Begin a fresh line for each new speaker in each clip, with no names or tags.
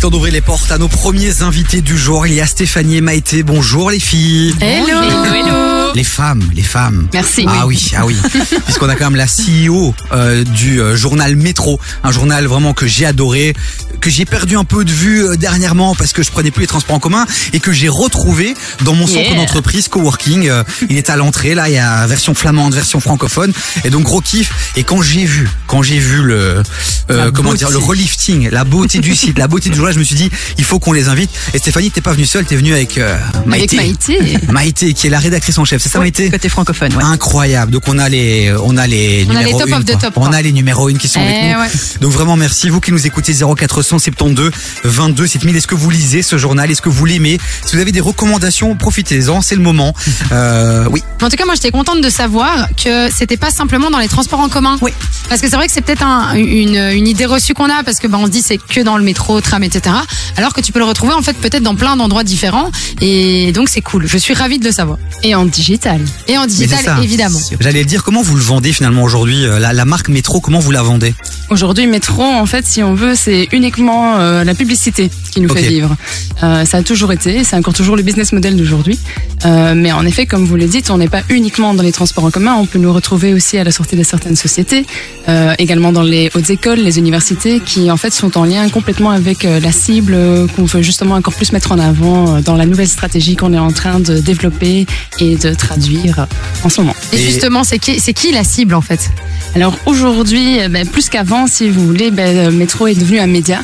temps d'ouvrir les portes à nos premiers invités du jour. Il y a Stéphanie et Maïté. Bonjour les filles.
Hello.
Hello, hello.
Les femmes, les femmes.
Merci.
Ah oui, ah oui. Puisqu'on a quand même la CEO euh, du euh, journal Métro, un journal vraiment que j'ai adoré, que j'ai perdu un peu de vue euh, dernièrement parce que je prenais plus les transports en commun et que j'ai retrouvé dans mon centre
Yeah.
d'entreprise coworking. Euh, il est à l'entrée, là, il y a version flamande, version francophone. Et donc gros kiff. Et quand j'ai vu, quand j'ai vu le, euh, comment dire, le relifting, la beauté du site, la beauté du journal, je me suis dit, il faut qu'on les invite. Et Stéphanie, t'es pas venue seule, t'es venue avec euh,
Avec
Maïté.
Maïté.
Maïté, qui est la rédactrice en chef, c'est ça Maïté
Côté francophone, ouais.
Incroyable. Donc on a les on a les
On a
numéros
les top
une,
of the
quoi.
top,
On
quoi.
a les numéros 1 qui sont avec
Eh
nous.
ouais.
Donc vraiment merci vous qui nous écoutez 0472 22 7000. Est-ce que vous lisez ce journal Est-ce que vous l'aimez Si vous avez des recommandations, profitez-en, c'est le moment. Euh, oui,
En tout cas, moi, j'étais contente de savoir que c'était pas simplement dans les transports en commun.
Oui.
Parce que c'est vrai que c'est peut-être un- une, une idée reçue qu'on a, parce que bah, on se dit c'est que dans le métro, tram, etc. Alors que tu peux le retrouver en fait peut-être dans plein d'endroits différents. Et donc c'est cool. Je suis ravie de le savoir.
Et en digital.
Et en
mais c'est ça.
digital, évidemment.
J'allais le dire comment vous le vendez finalement aujourd'hui euh, la, la marque Métro, comment vous la vendez
Aujourd'hui, Métro, en fait, si on veut, c'est uniquement euh, la publicité qui nous
Ok.
fait vivre. Euh, ça a toujours été, c'est encore toujours le business model d'aujourd'hui. Euh, mais en effet, comme vous le dites, on n'est pas uniquement dans les transports en commun, on peut nous retrouver aussi à la sortie de certaines sociétés, euh, également dans les hautes écoles, les universités, qui en fait sont en lien complètement avec euh, la cible euh, qu'on veut justement encore plus mettre en avant euh, dans la nouvelle stratégie qu'on est en train de développer et de traduire euh, en ce moment.
Et,
Et-
justement, c'est qui, c'est qui la cible en fait
Alors aujourd'hui, euh, ben, plus qu'avant, si vous voulez, ben, euh, Métro est devenu un média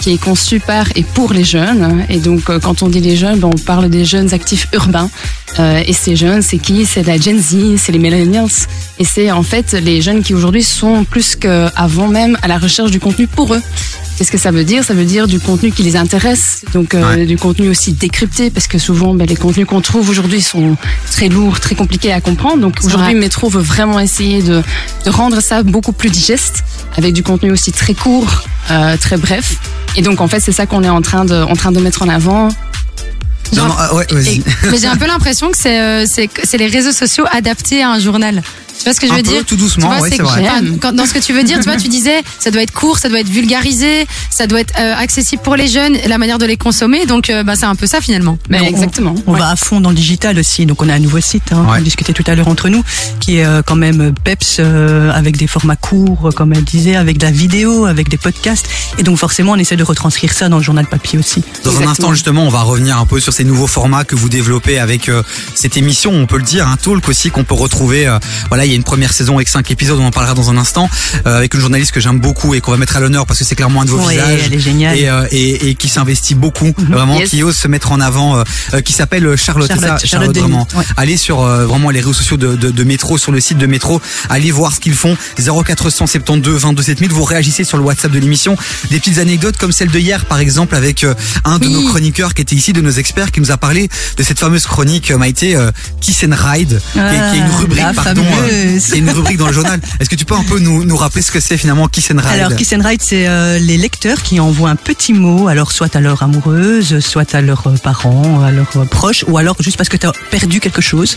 qui est conçu par et pour les jeunes. Et donc, euh, quand on dit les jeunes, ben, on parle des jeunes actifs urbains. Euh, et ces jeunes, c'est qui C'est la Gen Z, c'est les millennials. Et c'est en fait les jeunes qui aujourd'hui sont plus qu'avant même à la recherche du contenu pour eux. Qu'est-ce que ça veut dire Ça veut dire du contenu qui les intéresse, donc euh, du contenu aussi décrypté, parce que souvent ben, les contenus qu'on trouve aujourd'hui sont très lourds, très compliqués à comprendre. Donc
C'est
aujourd'hui,
vrai.
Métro veut vraiment essayer de, de rendre ça beaucoup plus digeste, avec du contenu aussi très court, euh, très bref. Et donc en fait, c'est ça qu'on est en train de, en train de mettre en avant. Ben,
Non, non, ah, ouais, vas-y.
Mais j'ai un peu l'impression que c'est, euh, c'est c'est les réseaux sociaux adaptés à un journal. Tu vois ce que je
Un
veux
peu,
dire
tout
Tu
doucement,
vois,
ouais,
c'est
c'est vrai.
que- enfin, quand- dans ce que tu veux dire, tu vois, tu disais, ça doit être court, ça doit être vulgarisé, ça doit être euh, accessible pour les jeunes, la manière de les consommer. Donc, euh, bah, c'est un peu ça finalement.
Mais
Mais on-
exactement.
On
Ouais.
va à fond dans le digital aussi, donc on a un nouveau site, hein,
Ouais.
on discutait tout à l'heure entre nous, qui est euh, quand même PEPS, euh, avec des formats courts, euh, comme elle disait, avec de la vidéo, avec des podcasts, et donc forcément on essaie de retranscrire ça dans le journal papier aussi.
Dans un
Exactement.
instant justement, on va revenir un peu sur ces nouveaux formats que vous développez avec euh, cette émission. On peut le dire, un talk aussi qu'on peut retrouver. euh, voilà, il y a une première saison avec cinq épisodes, on en parlera dans un instant, euh, avec une journaliste que j'aime beaucoup et qu'on va mettre à l'honneur parce que c'est clairement un de vos
Ouais,
visages.
elle est géniale.
Et, euh, et, et qui s'investit beaucoup,
Mhm.
vraiment,
Yes.
qui ose se mettre en avant, euh, euh, qui s'appelle euh, Charlotte. c'est
Charlotte-
ça
Charlotte Denis,
vraiment.
ouais.
Allez sur euh, vraiment les réseaux sociaux de, de, de Métro, sur le site de Métro. Allez voir ce qu'ils font. 0472 22 7000. Vous réagissez sur le WhatsApp de l'émission. Des petites anecdotes comme celle de hier, par exemple, avec euh, un de
Oui.
nos chroniqueurs qui était ici, de nos experts, qui nous a parlé de cette fameuse chronique euh, Maïté euh, Kiss and Ride, qui est- qui, est une
Ah,
rubrique,
la
pardon, euh,
fameuse.
qui est une rubrique dans le journal. Est-ce que tu peux un peu nous, nous rappeler ce que c'est finalement Kiss and Ride
Alors, Kiss and Ride, c'est euh, les lecteurs qui envoient un petit mot, alors soit à leur amoureuse, soit à leurs euh, parents, à leurs euh, proches, ou alors juste parce que tu as perdu quelque chose.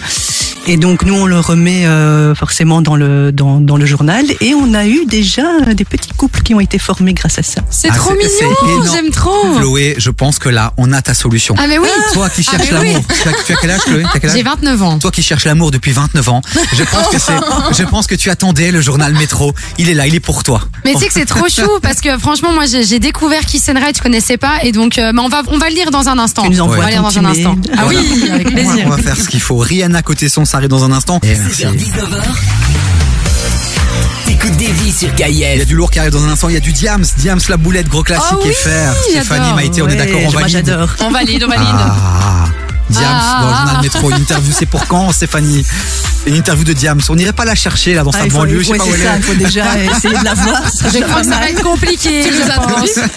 Et donc, nous, on le remet euh, forcément dans le, dans, dans le journal. Et on a eu déjà euh, des petits couples qui ont été formés grâce à ça.
C'est
Ah,
trop
c'est- c'est
mignon,
énorme.
j'aime trop.
Chloé, je pense que là, on a ta solution.
Ah mais oui,
Toi qui cherches
mais oui.
l'amour, tu, as, tu as quel âge Chloé T'as quel âge
j'ai 29 ans.
Toi qui cherches l'amour depuis 29 ans, je pense que c'est,
Oh.
je pense que tu attendais le journal Métro. Il est là, il est pour toi.
Mais tu sais que c'est trop chou parce que franchement moi j'ai j'ai découvert Kiss and Ride, je connaissais pas et donc euh, bah, on va on va le lire dans un instant.
Tu nous
on
envoies
va le lire
ton
dans un
petit mail.
instant. Ah oui, avec plaisir.
On va faire ce qu'il faut. Rihanna côté son, ça arrive dans un instant.
Eh,
Et merci.
19h. T'écoutes des vies sur
Il y a
Cayenne.
du lourd qui arrive dans un instant. Il y a du Diams, Diams la boulette, gros classique
Oh
et faire. Stéphanie,
j'adore.
Maïté, on est
Ouais,
d'accord, on
Moi,
valide.
j'adore.
On valide, on valide.
Ah, Diams
Ah,
dans le
ah,
journal
ah.
Métro. Une interview, c'est pour quand, Stéphanie Une interview de Diams. On n'irait pas la chercher là dans sa
Ah, il faut,
banlieue, je sais
ouais,
pas où
c'est
elle
ça,
est.
il faut déjà essayer de la voir. ça
Je
sera
crois
pas
que ça
mal.
va être compliqué. je pense.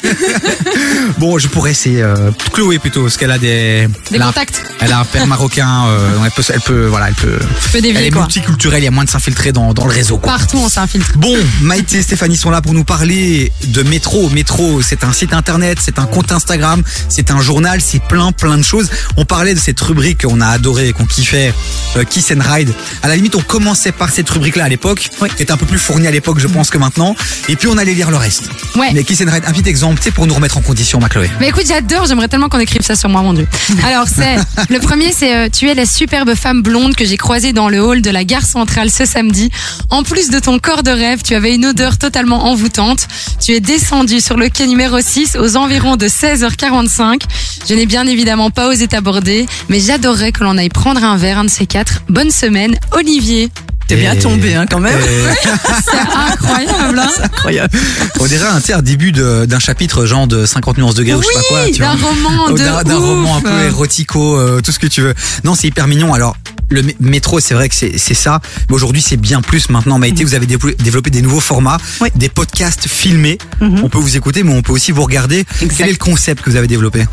Bon, je pourrais essayer euh, Chloé plutôt, parce qu'elle a des,
Des
elle a un
contacts,
Elle a un père marocain, euh, donc elle peut, elle peut, voilà, elle peut.
je peux
Elle
dévier
est
quoi.
multiculturelle, il y a moins de s'infiltrer dans, dans le réseau. Quoi.
Partout on s'infiltre.
Bon, Maïté et Stéphanie sont là pour nous parler de Métro. Métro, c'est un site internet, c'est un compte Instagram, c'est un journal, c'est plein, plein de choses. On parlait de cette rubrique qu'on a adorée, qu'on kiffait, euh, Kiss and Ride, À la limite, on commençait par cette rubrique-là à l'époque,
Oui.
qui était un peu plus fournie à l'époque, je pense, que maintenant. Et puis, on allait lire le reste.
Ouais.
Mais qui c'est un petit exemple, tu sais, pour nous remettre en condition, ma Chloé.
Mais écoute, j'adore, j'aimerais tellement qu'on écrive ça sur moi, mon Dieu. Alors, c'est le premier, c'est euh, Tu es la superbe femme blonde que j'ai croisée dans le hall de la gare centrale ce samedi. En plus de ton corps de rêve, tu avais une odeur totalement envoûtante. Tu es descendue sur le quai numéro 6 aux environs de 16h45. Je n'ai bien évidemment pas osé t'aborder, mais j'adorerais que l'on aille prendre un verre, un de ces quatre. Bonne semaine, Olivier.
T'es bien
Et-
tombé, hein, quand même.
Et-
C'est incroyable, hein
C'est incroyable.
On dirait un, tu sais, un début de- d'un chapitre genre de 50 nuances de gris ou je sais pas quoi. Tu
Ah, d'un
vois.
roman
Ou
de
d'un d'un
ouf.
roman un peu érotico, euh, tout ce que tu veux. Non, c'est hyper mignon. Alors, le mé- métro, c'est vrai que c'est c'est ça. Mais aujourd'hui, c'est bien plus. Maintenant, Maïté, vous avez déplo- développé des nouveaux formats,
Oui.
des podcasts filmés.
Mhm.
On peut vous écouter, mais on peut aussi vous regarder. Quel est le concept que vous avez développé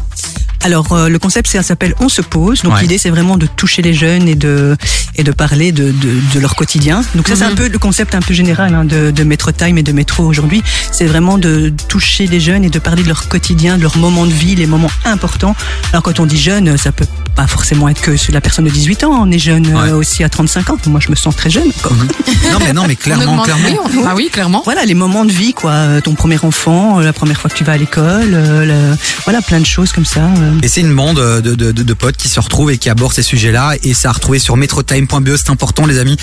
Alors euh, le concept c'est- ça s'appelle On se pose. Donc
Ouais.
l'idée c'est vraiment de toucher les jeunes et de et de parler de, de, de leur quotidien. Donc ça c'est
Mhm.
un peu le concept un peu général hein, de, de Metro Time et de Métro aujourd'hui. C'est vraiment de toucher les jeunes et de parler de leur quotidien, de leurs moments de vie, les moments importants. Alors quand on dit jeune, ça peut pas forcément être que la personne de 18 ans. On est jeune euh,
Ouais.
aussi à 35 ans. Moi je me sens très jeune. encore.
Non, mais non, mais clairement,
augmente-
clairement.
oui, on- Ah oui, clairement.
Voilà les moments de vie quoi. Euh, Ton premier enfant, euh, la première fois que tu vas à l'école, euh, le- voilà plein de choses comme ça. euh.
Et c'est une bande de, de, de, de potes qui se retrouvent et qui abordent ces sujets-là. Et ça a retrouvé sur metrotime.be. E, C'est important, les amis.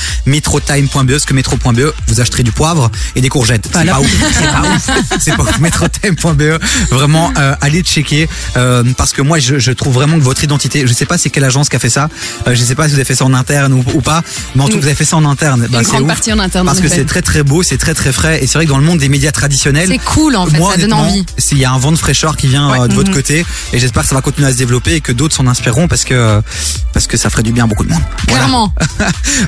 Metrotime.be, ce E, que metro.be, vous acheterez du poivre et des courgettes. C'est
Voilà.
pas ouf. C'est pas ouf. C'est pas ouf. Metrotime.be. E, Vraiment, euh, allez checker. Euh, parce que moi, je, je trouve vraiment que votre identité, je sais pas c'est quelle agence qui a fait ça. Euh, je sais pas si vous avez fait ça en interne ou, ou pas. Mais en tout, vous avez fait ça en interne. Ben,
Une
c'est
grande
ouf.
partie en interne.
Parce
en
que
effet.
c'est très très beau, c'est très très frais. Et c'est vrai que dans le monde des médias traditionnels,
C'est cool, en fait,
moi,
ça donne
honnêtement,
envie. Mhm.
c'est- Il y a un vent de fraîcheur qui vient euh, de votre côté et j'espère que ça va continuer à se développer et que d'autres s'en inspireront parce que parce que ça ferait du bien à beaucoup de monde. Voilà.
Clairement.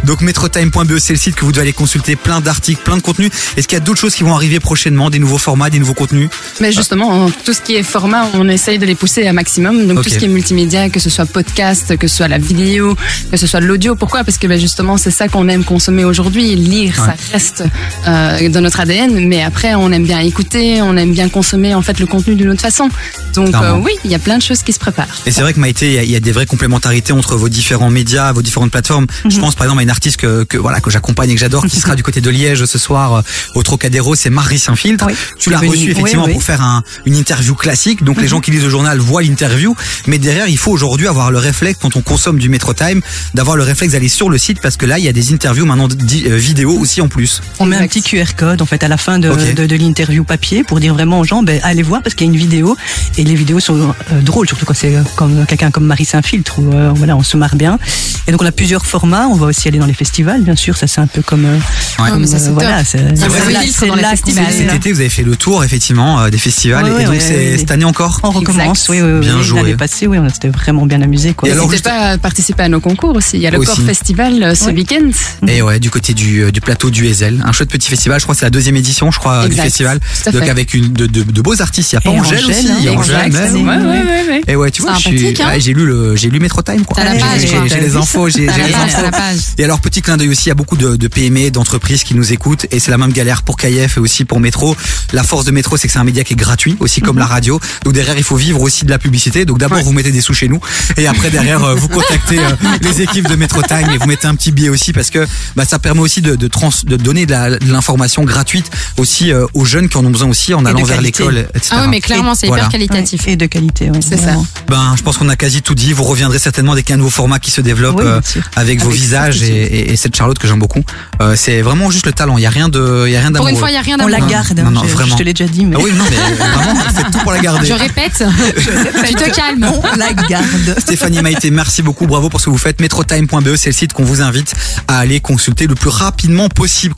Donc metrotime.be E, c'est le site que vous devez aller consulter, plein d'articles, plein de contenus. Est-ce qu'il y a d'autres choses qui vont arriver prochainement, des nouveaux formats, des nouveaux contenus
Mais justement, en- tout ce qui est format, on essaye de les pousser à maximum. Donc
Ok.
tout ce qui est multimédia, que ce soit podcast, que ce soit la vidéo, que ce soit l'audio. Pourquoi Parce que ben, justement, c'est ça qu'on aime consommer aujourd'hui. Lire,
Ouais.
ça reste euh, dans notre ADN. Mais après, on aime bien écouter, on aime bien consommer en fait le contenu d'une autre façon. Donc
Clairement.
euh, oui, il y a plein de choses qui se préparent.
Et c'est vrai que Maïté, il y a- il y, a des vraies complémentarités entre vos différents médias, vos différentes plateformes.
Mhm.
Je pense par exemple à une artiste que, que voilà que j'accompagne et que j'adore, qui sera du côté de Liège ce soir euh, au Trocadéro, c'est Marie Saint-Filtre.
Oui.
Tu l'as
Elle est
reçue
venue.
effectivement
Oui, Mhm. oui.
pour faire un- une interview classique. Donc les gens qui lisent le journal voient l'interview, mais derrière il faut aujourd'hui avoir le réflexe quand on consomme du Metro Time, d'avoir le réflexe d'aller sur le site parce que là il y a des interviews maintenant di- euh, vidéo aussi en plus.
On met un
Exact.
petit QR code en fait à la fin de,
Ok.
de, de l'interview papier pour dire vraiment aux gens ben, allez voir parce qu'il y a une vidéo et les vidéos sont euh, drôles surtout quand c'est euh, comme quelqu'un comme Marie Saint-Filtre où euh, voilà on se marre bien et donc on a plusieurs formats on va aussi aller dans les festivals bien sûr ça c'est un peu comme, euh,
Ouais.
comme,
mais ça, c'est top.
voilà c'est
Ça,
c'est
c'est
vrai,
là-
ils sont
Ah, c'est
dans les
là qu'on
festivals.
est,
Cet
là.
été vous avez fait le tour effectivement euh, des festivals
Ouais,
et
ouais,
donc
ouais,
c'est
ouais.
cette année encore.
on recommence oui, oui, oui.
Bien joué.
l'année passée oui on s'était vraiment bien amusé quoi
Et alors,
N'hésitez
juste-
pas à participer à nos concours aussi. Il y a le
Aussi.
Corps Festival euh, ce
Ouais.
week-end.
Et ouais, du côté du, euh, du plateau du Ezel, un chouette petit festival. Je crois que c'est la deuxième édition, je crois, du
Exact.
festival.
Tout à
Donc
fait.
avec une de, de- de beaux artistes. Il y a pas
Et
Angèle,
Angèle,
aussi. il y a
hein,
Angèle
exact.
même.
Ouais, ouais, ouais,
Et ouais, tu vois, je suis,
Sympathique, hein.
ouais, j'ai lu le, j'ai lu Métro Time, quoi.
T'as la
J'ai-
page,
j'ai
quoi.
j'ai les infos, j'ai
T'as
j'ai
la
les
page,
infos.
t'as la page.
Et alors, petit clin d'œil aussi, il y a beaucoup de, de PME, d'entreprises qui nous écoutent, et c'est la même galère pour KF et aussi pour Métro. La force de Métro, c'est que c'est un média qui est gratuit, aussi
Mhm.
comme la radio. Donc derrière, il faut vivre aussi de la publicité. Donc d'abord, vous mettez des sous chez nous, et après derrière, euh, vous contactez euh, les équipes de Métro Time et vous mettez un petit billet aussi parce que bah, ça permet aussi de, de, trans, de donner de la- de l'information gratuite aussi euh, aux jeunes qui en ont besoin aussi en
de
allant vers
qualité.
l'école, etc.
Ah oui, mais clairement, c'est
Voilà.
hyper qualitatif.
et de qualité oui,
C'est ça.
vraiment.
Ben, je pense qu'on a quasi tout dit. Vous reviendrez certainement dès qu'il y a un nouveau format qui se développe
Oui, bien
euh,
sûr.
avec vos
Avec
visages et,
certitude.
et- et cette Charlotte que j'aime beaucoup. Euh, c'est vraiment juste le talent. Il y a rien de, il y a rien
Pour
d'amoureux.
une fois, il n'y a rien
on la
Non,
d'amoureux.
garde hein,
non, non,
je- je,
vraiment.
te l'ai déjà dit mais
Ah oui, non, mais vraiment, faites tout pour la garder.
Je répète, tu te calmes.
on la garde
Stéphanie Maïté, merci beaucoup, bravo pour ce que vous faites. Metrotime.be, c'est le site qu'on vous invite à aller consulter le plus rapidement possible.